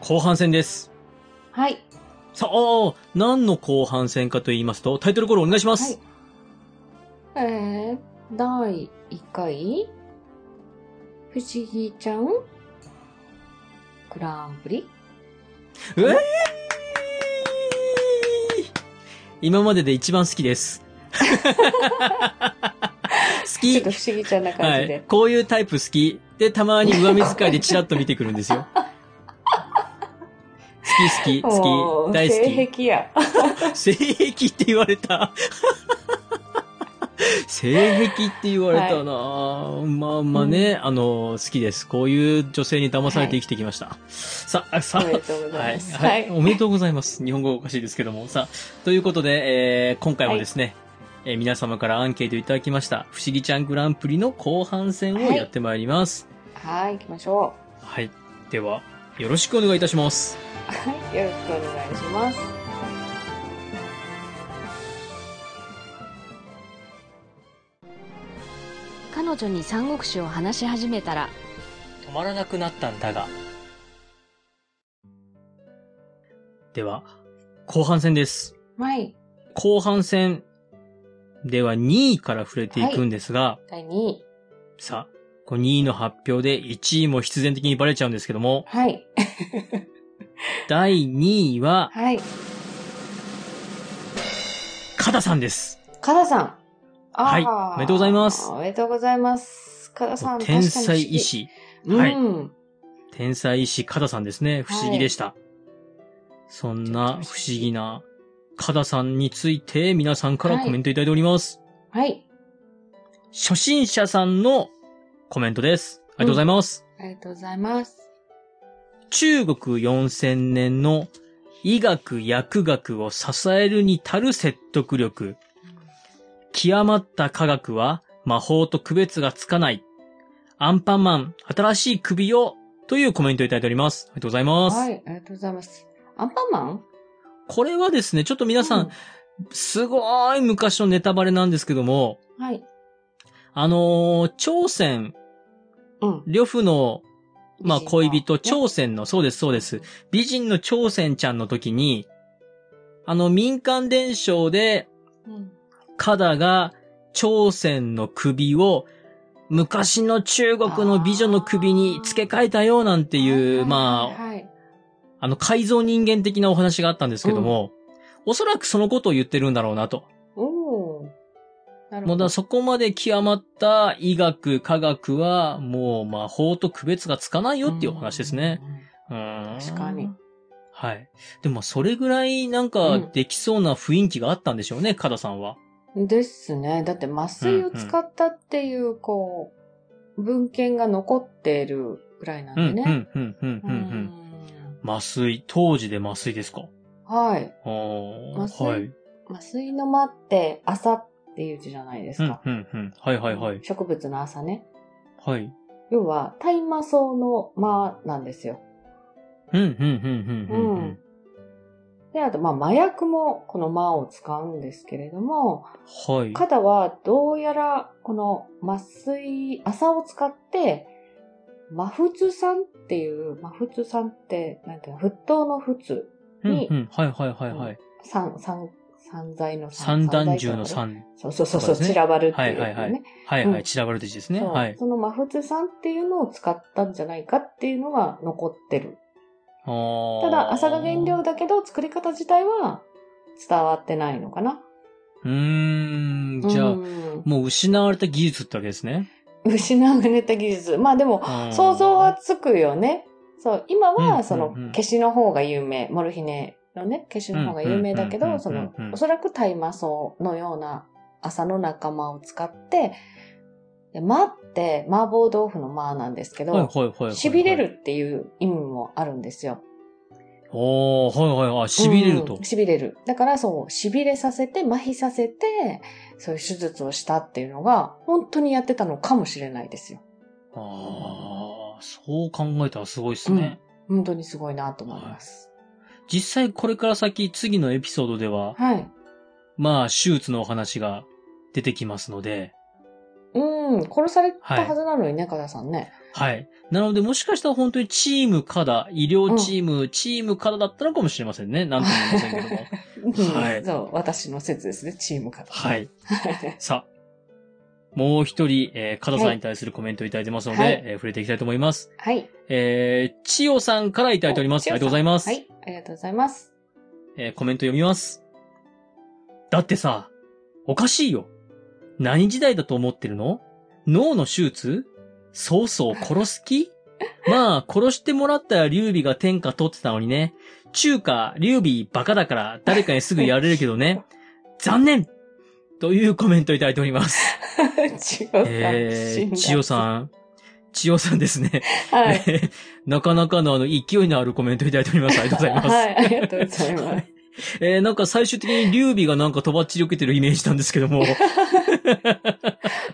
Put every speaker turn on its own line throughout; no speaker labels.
後半戦です。
はい。
さあ、何の後半戦かと言いますと、タイトルコールお願いします。
はい。えー、第1回、不思議ちゃん、グランプリ
うえー今までで一番好き です。好
ちょ
き
っと。不思議ちゃんな
は
感じで。
い。こういうタイプ好き。で、たまに上目遣いでチラッと見てくるんですよ。好き好き、
も
好
う
き、大好き。
性 癖や。
性癖って言われた。 性癖って言われたな、まあまあね、あの、好きです。こういう女性に騙されて生きてきました。さあ、
お
さ
めでとう
あ、
ござい
はい、
ます。
は。
はいい。
おめでとうございます。日本語おかしいですけども。さあ、ということで、えー今回はですね、えー皆様からアンケートいただきました、不思議ちゃんグランプリの後半戦をやってまいります。
はい、行きましょ
はい。では、よろしくお願いいたします。
う。はい。よろしくお願いします。
彼女に三国志を話し始めたら
止まらなくなったんだが。では、後半戦です。
はい。
後半戦では2位から触れていくんですが、
第2位。
さあ、この2位の発表で1位も必然的にバレちゃうんですけども、
はい。
第2位は、
はい。
カダさんです。
カダさん。あー
はいおめでとうございます
おめでとうございます。カダさん、
天
確か
才
に不思議
医。師。はい
うん。
天才医師カダさんですね。不思議でした。そんな
ちょっ
不
と不
思
思議
議なカダさんについて皆さんからコメントいただいております。
はい。
初心者さんのコメントです。ありがとうございます。
ありがとうございます。
中国4000年の医学薬学を支えるに足る説得力。極まった科学は魔法と区別がつかない。アンパンマン、新しい首をというコメントをいただいております。ありがとうございます。
はい、ありがとうございます。アンパンマン
これはですね、ちょっと皆さん、
う
すごい昔のネタバレなんですけども、
んはい。
あのー朝鮮、
うん。
呂布のまあ、
美人の
恋人、
ね
朝鮮の、そうです、そうです。美人の朝鮮ちゃんの時に、あの、民間伝承で、
うん。
カダが朝鮮の首を、昔の中国の美女の首に付け替えたよ、なんていう、
はい
ま
はい
あ、
はいはい。
あの、改造人間的なお話があったんですけども、おそらくそのことを言ってるんだろうなと。
おー。なる
もうだか
ほど
ら。そこまで極まった医学、科学は、もう魔法と区別がつかないよっていうお話ですね。
うん。
確
確かに。
はい。でも、それぐらいなんかできそうな雰囲気があったんでしょうね、カダさんは。
ですね。だって麻酔を使ったっていう、こう、文献が残ってるぐらいな
うんん、
で
う
ね。
ん、うん、うん、うん。うん
うん
麻酔、当時で麻酔ですか
はい。
あー
麻酔
はい。
麻酔の間って、朝っていう字じゃないです
うん
か、。
うん、うん。はい、はい、はい。
植物の朝ね。
はい。
要は、大麻草の間なんですよ。
うん、うん、うん、うん、うん。うん
で、あと、まあ、麻薬もこの魔を使うんですけれども、
はい。
肩はどうやらこの麻酔、麻を使って、麻沸酸っていう、麻沸酸って、なんていうの、沸騰の沸、
うん、うん。はい、はい、はい、はい。
散、散、散剤の
三段銃の三。
散剤とかね。そうそう
と
そう、
かですね
散らばるっていう、ね。
はいはいはい、は
う
い。
ん
散らばる時ですね。
そう
はい。
その麻沸酸っていうのを使ったんじゃないかっていうのが残ってる。た
た
だ、朝が原料だけど、作り方自体は伝わってないのかな。
うーん。じゃ
う
あ、
ん
もう失われた技術ってわけですね。
失われた技術。まあでも、想像はつくよね。そう、今
うん
はその
うんうん
消しの方が有名、モルヒネのね、消しの方が有名だけ
うんうんうんうんう
ど、
ん
その、おそらく大麻草のような麻の仲間を使って、で麻って麻婆豆腐の麻なんですけ
はいは
ど、
いはいはい。
痺れ。るっていう意味もあるんですよ。
おー、はいはいはい。あ痺れる
う
と
ん。痺れる。だからそう、痺れさせて、麻痺させて、そういう手術をしたっていうのが、本当にやってたのかもしれないですよ。
ああ、そう考えたらすごいですね。
本当にすごいなと思います。
実際これから先、次のエピソードでは、
はい。
まあ、手術のお話が出てきますので、
うん、殺されたはずなのにね、加、田、さんね。
はい。なので、もしかしたら本当にチームカダ、医療チーム、チームカダだったのかもしれませんね。なんとも言いませんけど も。はい
そう、私の説ですね、チーム方。
はい。さあ、もう一人、えー、カダさんに対するコメントをいただいてますので、
はい
えー触れていきたいと思います。
はい。
えー、千代さんからいただいております。ありがとうございます。
はい、ありがとうございます。
えーコメント読みます。だってさ、おかしいよ。何時代だと思ってるの脳の手術そうそう殺す 気まあ、殺してもらったら劉備が天下取ってたのにね。中華、劉備バカだから誰かにすぐやれるけど ね。残念というコメントいただいております。
千代さん、
えー、千
死
代
ん
さん。千代さんですね。
だ。はい。
なかなかのあの勢いのあるコメントいただいております。ありがとうございます。
はい、ありがとうございます。
えーなんか最終的に劉備がなんかとばっちり受けてるイメージなんですけども。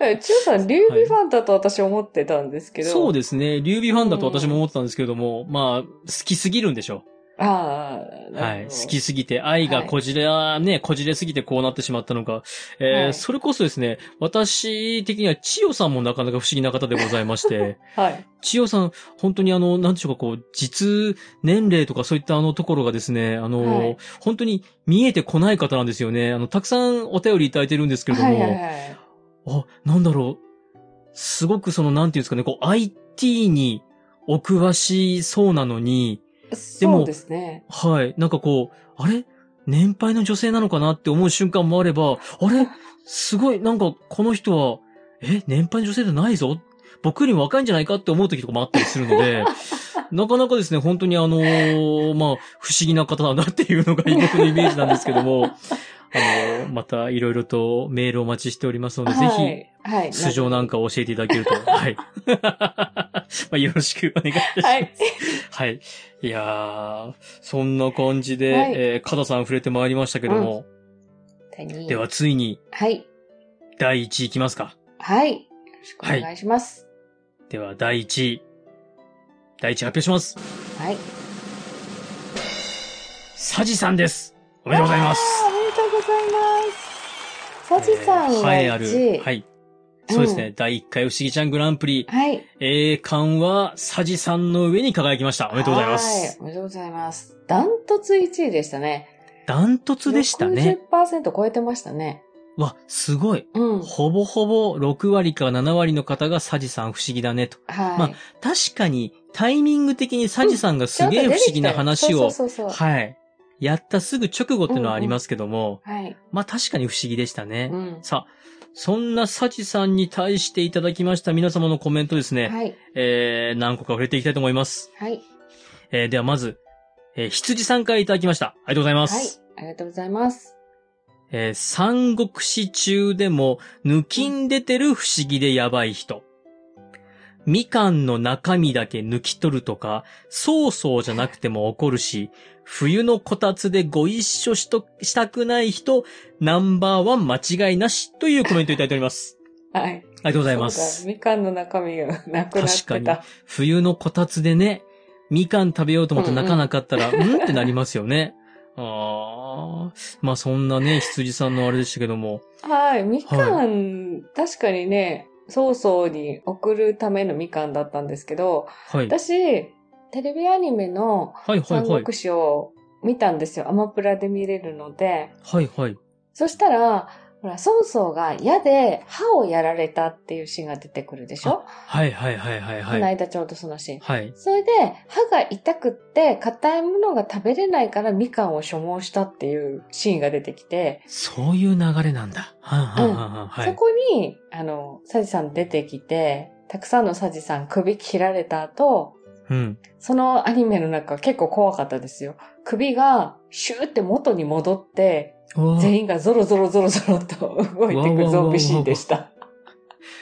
え千代さん、劉備ファンだと私思ってたんですけど。
そうですね。劉備ファンだと私も思ってたんですけども、まあ、好きすぎるんでしょ
ああ、
う。
な
は
る
い。
ほど
好き。すぎて、愛がこじれ、あーね、こじれすぎてこうなってしまったのか。えー
はい
それこそですね、私的には千代さんもなかなか不思議な方でございま して、
はい。
千代さん、本当にあの、なんでしょうか、こう、実年齢とかそういったあのところがですね、あの、
はい
本当に見えてこない方なんですよね。あの、たくさんお便りいただいてるんですけれども、
はいはいはい。
あ、なんだろう。すごくその、なんていうんですかね、こう、IT にお詳しそうなのに、も
そうですね。
はい、なんかこう、あれ年配の女性なのかなって思う瞬間もあれば、あれすごい、なんかこの人は、え、年配の女性じゃないぞ僕よりも若いんじゃないかって思う時とかもあったりするの で、なかなかですね、本当にあのーまあ、不思議な方だなっていうのが僕のイメージなんですけども、あのーまたいろいろとメールをお待ちしておりますので、ぜひ、
ひ、はい。
素性なんかを教えていただけ ると。はい。 まあ、よろしくお願いいたします。
は
はい い。。い、やー、そんな感じで、
はい
えー、カダさん触れてまいりましたけども、では、ついに
はい。
第1位いきますか。
はい。よろしくお願いします。
では、第1位。第1位発表します。
はい。
サジさんです。おめでとうございます。
あーおめでとうございます。サジさん
えー
は
栄えある。
1
は
位。
い。そうですね。第1回不思議ちゃんグランプリ、
はい。
栄冠はサジさんの上に輝きました。お
お
めでとうございます。。
おめでとうございます。ダントツ1位でしたね。
ダントツでしたね。。
60%超えてましたね。
わ、すごい。
うん。はい。
ほぼほぼ6割か7割の方がサジさん不思議だねと。まあ確かにタイミング的にサジさんがすげえ不思議な話を、
そうそうそうそう。
はい。やったすぐ直後っていうのはありますけども、
はい。
まあ確かに不思議でしたね。
うん。
さあ、そんなサジさんに対していただきました皆様のコメントですね、
はい。
えー、何個か触れていきたいと思います。
はい。
えー、ではまず、えー、羊さんからいただきました。ありがとうございます。
はい。ありがとうございます。
えー三国志中でも抜きん出てる不思議でやばい人。みかんの中身だけ抜き取るとか、そうそうじゃなくても怒るし、冬のこたつでご一緒しと、したくない人、ナンバーワン間違いなしというコメントいただいております。
はい。ありがと
ありが
う
とうご
ご
ざいます。
みかんの中身がなくなってた。
確か冬のこたつでね、みかん食べようと思って
うんうん
泣かなかったら、うんってなりますよね。ああ。まあそんなね、羊さんのあれでしたけども、
はい、みかん、確かにね、曹操に送るためのみかんだったんですけど、
はい。
私、テレビアニメの
はいはい
三
はい。
国志を見たんですよ。アマプラで見れるので。
はいはい。
そしたら、ほら、曹操が矢で歯をやられたっていうシーンが出てくるでしょ、
はいはいはいはい
この
はい。
間ちょうどそのシーン。
はい。
それで、歯が痛くって、硬いものが食べれないからみかんを所望したっていうシーンが出てきて、
そういう流れなんだ。はんはんはんはん。は
そ
い。
こに、あの、サジさん出てきて、たくさんのサジさん首切られた後、
うん。
そのアニメの中結構怖かったですよ。首がシューって元に戻って、
おー
全員がゾロゾロゾロゾロと動いていくゾンビシーンでした。。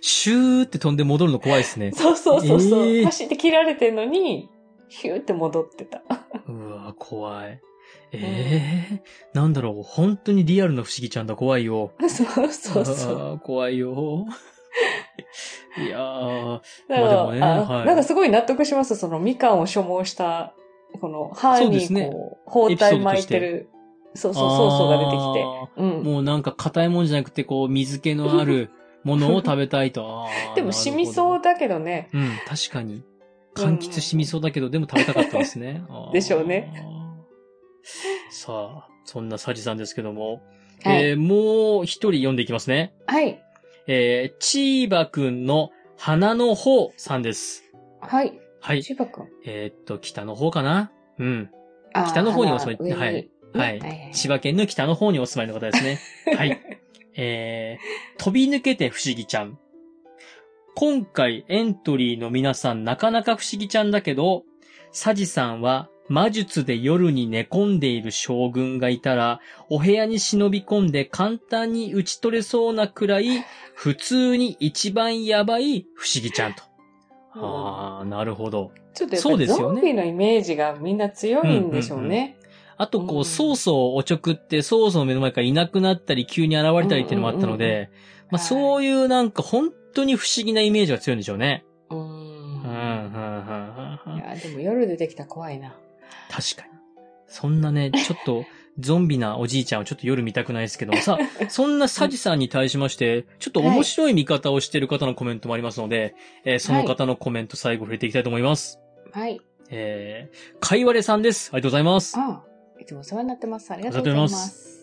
シューって飛んで戻るの怖いですね
そうそうそうそう、
えー
走って切られてんのに、ヒューって戻ってた。
うわ怖い。ええー、なんだろう。本当にリアルな不思議ちゃんだ。怖いよ。
そうそ うそう。
あー怖い よ。いやー、
だから、
まあでもね
あ
はい
なんかすごい納得します。そのみかんを所望した、この歯
そうで
に
すね
こう、包帯巻いてる、そうそう、そうそうが出てきて。
あ
う
ー
ん。
もうなんか硬いもんじゃなくて、こう、水気のある、ものを食べたいと。あー
でも染みそう。だけどね。
なるほどうん、確かに。柑橘染みそうだけど、でも食べたかったです ね。あー
でしょうね。
さあ、そんなサジさんですけども。
はい。
えーもう一人読んでいきますね。
はい。
えー、チーバくんの花の方さんです。
はい。
はい。
千葉くん。
えーっと、北の方かなうん。
あー
北の方にもそう言って
花上に
はい
ねはい
千葉県の北の方にお住まいの方です ね。はい。えー、飛び抜けて不思議ちゃん。今回エントリーの皆さんなかなか不思議ちゃんだけど、サジさんは魔術で夜に寝込んでいる将軍がいたら、お部屋に忍び込んで簡単に打ち取れそうなくらい、普通に一番やばい不思議ちゃんと。
うん
ああ、なるほど。
ちょっとやっぱ
そう
り
です
ゾ
よね
ンビのイメージがみんな強いんでしょうね。
あと、こ
う
う、
ん
ソースをおちょくって、ソースの目の前からいなくなったり、急に現れたりっていうのもあったの
うんうんうん
で、まあ、
はい
そういうなんか本当に不思議なイメージが強いんでしょうね。
うー
うん、うん、うんうん
ん。
う
い
ん。
や、でも夜出てきたら怖いな。
確かに。そんな ね、ちょっと、ゾンビなおじいちゃんをちょっと夜見たくないですけどもさあ、そんなサジさんに対しまして、ちょっと面白い見方をしている方のコメントもありますので、えーその方のコメント最後触れていきたいと思います。
はい。
えー、かいわれさんです。ありがとうございます。
ああ、いつもお世話になってます。ありがとうございます。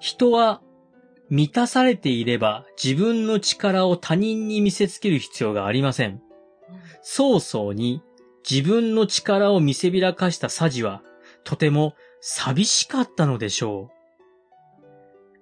人は満たされていれば自分の力を他人に見せつける必要がありません。早々に自分の力を見せびらかしたサジはとても寂しかったのでしょう。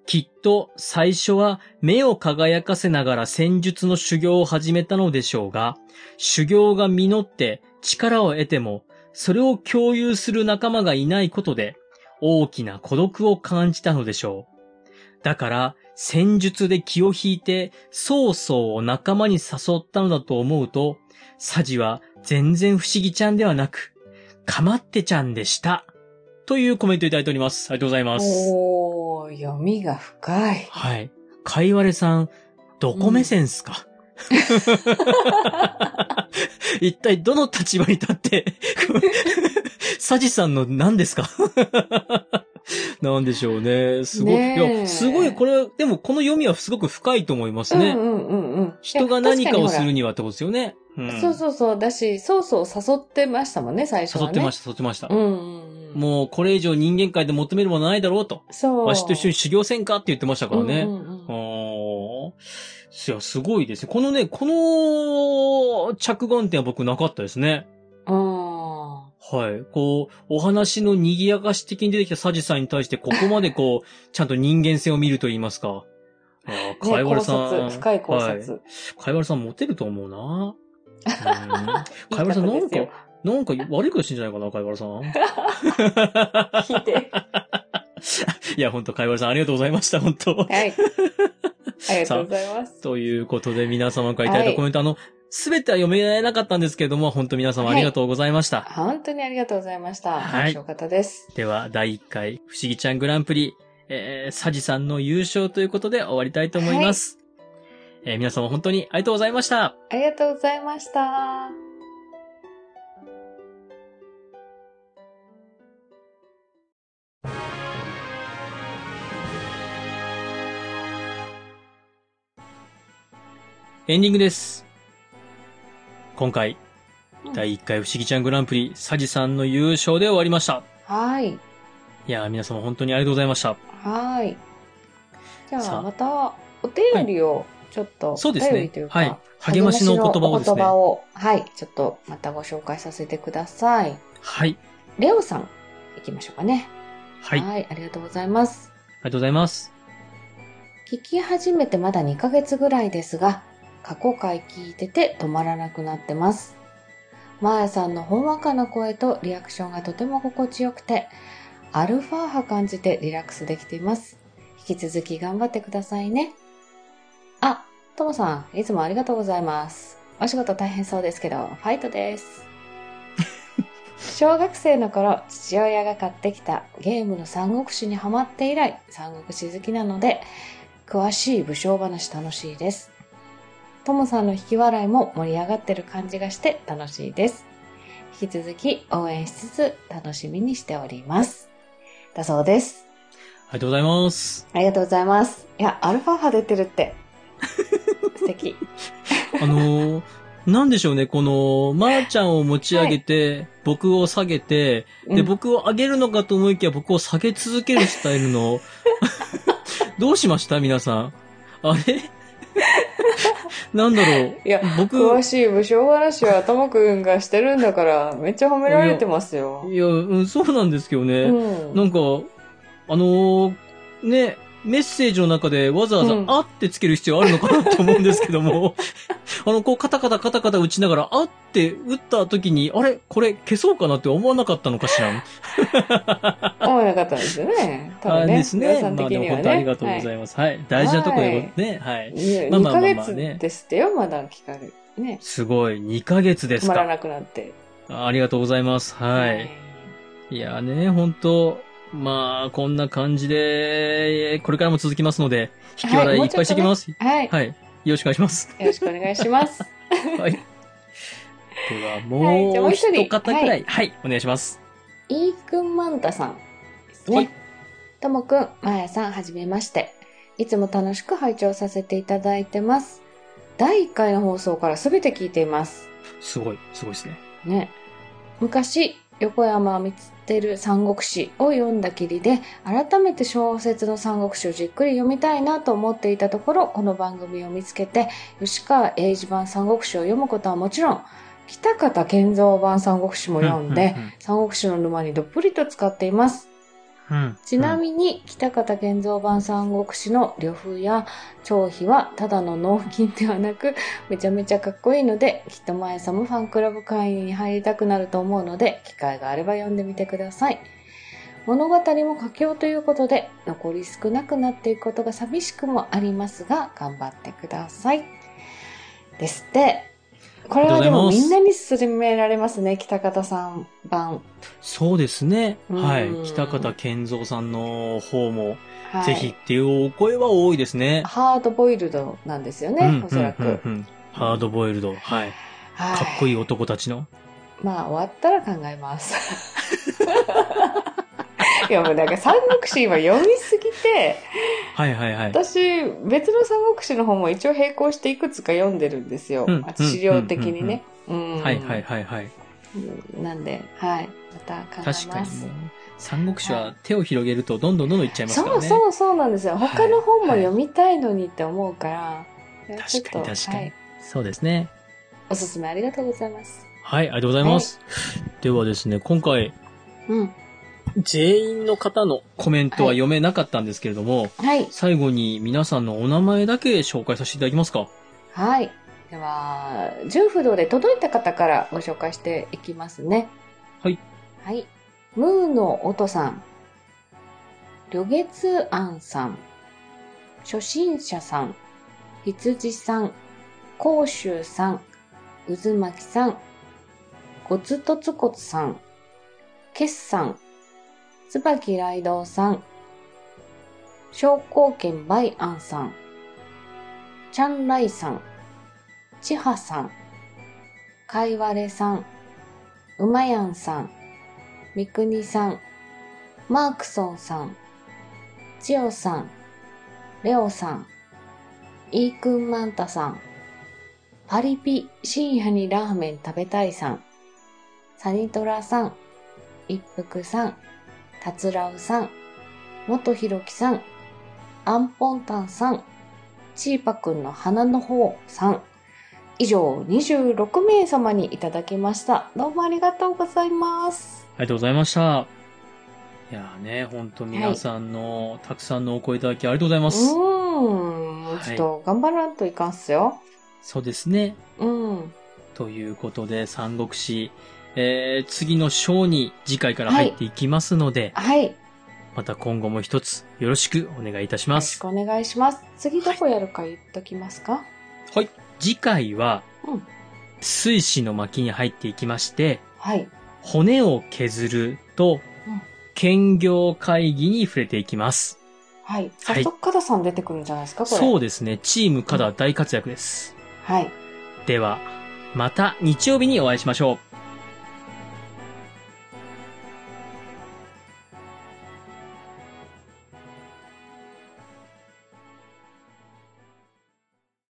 きっと最初は目を輝かせながら戦術の修行を始めたのでしょうが、修行が実って力を得ても、それを共有する仲間がいないことで、大きな孤独を感じたのでしょう。だから、戦術で気を引いて、曹操を仲間に誘ったのだと思うと、サジは全然不思議ちゃんではなく、かまってちゃんでした。というコメントいただいております。ありがとうございます。
おー、読みが深い。
はい。かいわれさん、どこ目線っす か、一体どの立場に立って、サジさんの何ですかなんでしょうね。すごい。い
ねえ
や、すごい、これ、でもこの読みはすごく深いと思いますね。
うんうんうんうん。
人が何かをする
に。
にはってことですよね。うん
確かにほらそうそうそう。だし、そうそう誘ってましたもんね、最初は、
誘
ね。
ってま
し
した、誘ってました。
うんうんうん。
もうこれ以上人間界で求めるものないだろうと。
そう。
わしと一緒に修行せんかって言ってましたからね。
うんうんうん
ああ。いや、すごいですね。このね、この着眼点は僕なかったですね。
あ
はい。こう、お話の賑やかし的に出てきたサジさんに対して、ここまでこう、 ちゃんと人間性を見ると言いますか。ああ、
ー
かいわれさ
考
ん。
察深い考
はい
察。
かいわれさんモテると思うな。 うん、かいわれさん
いい方
なん
です
か
よ、
なんか悪いことしてんじゃないかな、かいわれさん。
聞いて。
いや、ほんと、かいわれさんありがとうございました、本当
はい。ありがとうございます。
ということで、皆様からいただいたコメント、あの、すべては読めなかったんですけれども、本当皆様ありがとうございました。
本当にありがとうございました。
はい
面白かったです。
では、第1回、不思議ちゃんグランプリ、えー、サジさんの優勝ということで終わりたいと思います。えー皆様本当にありがとうございました。
ありがとうございました。
エンディングです。今回、第1回不思議ちゃんグランプリ、サジさんの優勝で終わりました。
はい。
いやー、皆様本当にありがとうございました。
はい。じゃ
さあ
あ、また、お便りを、ちょっと、
そうです
お便り
ね
という。か、
はい。励ましのお言葉をです
励
ね
ましのお言。葉をはい。ちょっと、またご紹介させてください。
はい。
レオさん、いきましょうかね。
はい。あり
ありがとうございます。
がとうございます。
聞き始めてまだ2ヶ月ぐらいですが、過去回聞いてて止まらなくなってます。マーヤさんのほんわかな声とリアクションがとても心地よくて、アルファ波感じてリラックスできています。引き続き頑張ってくださいね。あ、ともさん、いつもありがとうございます。お仕事大変そうですけど、ファイトです。小学生の頃、父親が買ってきたゲームの三国志にハマって以来、三国志好きなので、詳しい武将話楽しいです。ともさんの引き笑いも盛り上がってる感じがして楽しいです。引き続き応援しつつ楽しみにしております。だそうです。
ありがとうございます。
ありがとうございます。いや、アルファ波出てるって素敵。
あのー、なんでしょうね、この、まーちゃんを持ち上げて、僕を下げて、で、
うん
僕を上げるのかと思いきや、僕を下げ続けるスタイルの、 どうしました皆さん。あれ なんだろう。
いや、
僕、
詳しい武将話はともくんがしてるんだから、めっちゃ褒められてますよ。
いや、うん、そうなんですけどね。
うん。
なんか、あのーね、メッセージの中でわざわざ、
うん
あってつける必要あるのかなと思うんですけども、 あの、こう、カタカタカタカタ打ちながら、あって打った時に、あれこれ消そうかなって思わなかったのかしら。
思わなかったんですよね。多
あ
分ね。
です
皆
ね。
さん
まあ
的
でも
には
本
ね。
当ありがとうございます。はい。大事なとこでね、はい。
はい
まあまあまあまあね
2ヶ月ですってよ、まだ聞かれる。ね。
すごい、2ヶ月です
止まら
か。
なくなって。
あありがとうございます。はい。いやーね、本当まあ、こんな感じで、えーこれからも続きますので、引き
は
笑
い
い
も
いうっ
ち
ぱ
ょ
い
っとね
してきます。
はい。
はい。よろしくお願いします。
よろしくお願い します。
はい。では、
はいじゃあも
も
う
う
一
一
人
方くらい、はい、お願いします。
イーくんマンタさんです
はい
ね。ともくん、まやさん、はじめまして。いつも楽しく拝聴させていただいてます。第1回の放送からすべて聞いています。
すごい、すごいですね。
ね。昔、横山光輝三国志を読んだきりで、改めて小説の三国志をじっくり読みたいなと思っていたところ、この番組を見つけて、吉川英治版三国志を読むことはもちろん、北方健三版三国志も読んで、三国志の沼にどっぷりと使っています。
うん、うん
ちなみに、北方健三版三国志の呂布や張飛は、ただの納金ではなく、めちゃめちゃかっこいいので、きっと前さんもファンクラブ会員に入りたくなると思うので、機会があれば読んでみてください。物語も佳境ということで、残り少なくなっていくことが寂しくもありますが、頑張ってください。ですって。これはでも
あり
み
がとう
ん
ござ
ないに勧められますね、北方さん版。
そうですね。
うん
はい。北方健三さんの方も、
はい
ぜひっていうお声は多いです ね。
ハードボイルドなんですよね、
うん
おそらく。
うんうんうんハードボイルド。はい。
は
かっこいい男たちの。
まあ、終わったら考えます。 いや、もうなんか三国志今読みすぎて、
はいはいはい。
私、別の三国志の方も一応並行していくつか読んでるんですよ。
うん
あ資料的にね。うん
はいはいはいはい。
なんで、はい。また考えます。
確かにもう、三国志は手を広げるとどんどんどんどんいっちゃいますから
そ
ね。
うそうそうなんですよ。
はい
他の本も読みたいのにって思うから。ちょっ
確
と
かに確か
は
に
い。。
そうですね。
おすすめありがとうございます。
はい、ありがとうございます。ではですね、今回、
うん。
全員の方のコメントは読めなかったんですけれども、
はい。
最後に皆さんのお名前だけ紹介させていただきますか。
はい。では、純不動で届いた方からご紹介していきますね。
はい。
はい。ムーの音さん。旅月庵さん。初心者さん。羊さん。甲州さん。渦巻さん。ごつとつこつさん。けっさん。椿雷道さん。商工券バイアンさん。ちゃんらいさん、ちはさん、かいわれさん、うまやんさん、みくにさん、マークソンさん、ちおさん、レオさん、いーくんまんたさん、パリピ深夜にラーメン食べたいさん、サニトラさん、一服さん、たつらうさん、もとひろきさん、あんぽんたんさん、チーパくんの花の方さん。以上、26名様にいただきました。どうもありがとうございます。
ありがとうございました。いやーね、ほんと皆さんの、たくさんのお声いただきありがとうございま
う
す。
ーん、ちょっと頑張らんといかんっすよ。
そうですね。
うん。
ということで、三国志、えー、次の章に次回から入っていきますので、
はい。よ
また今後も一つよろしくお願いいたし
ろ
ま
し
す。
くお願いします。次どこやるか言っときますか
次回は、
うん
水死の巻に入っていきまして、
はい。
骨を削ると
うん、
兼業会議に触れていきます。
はい。
は
早
い
速、かださん出てくるんじゃないですかこれ。。
そううですね。チームカダ大活躍です。
はい。
では、また日曜日にお会いしましょう。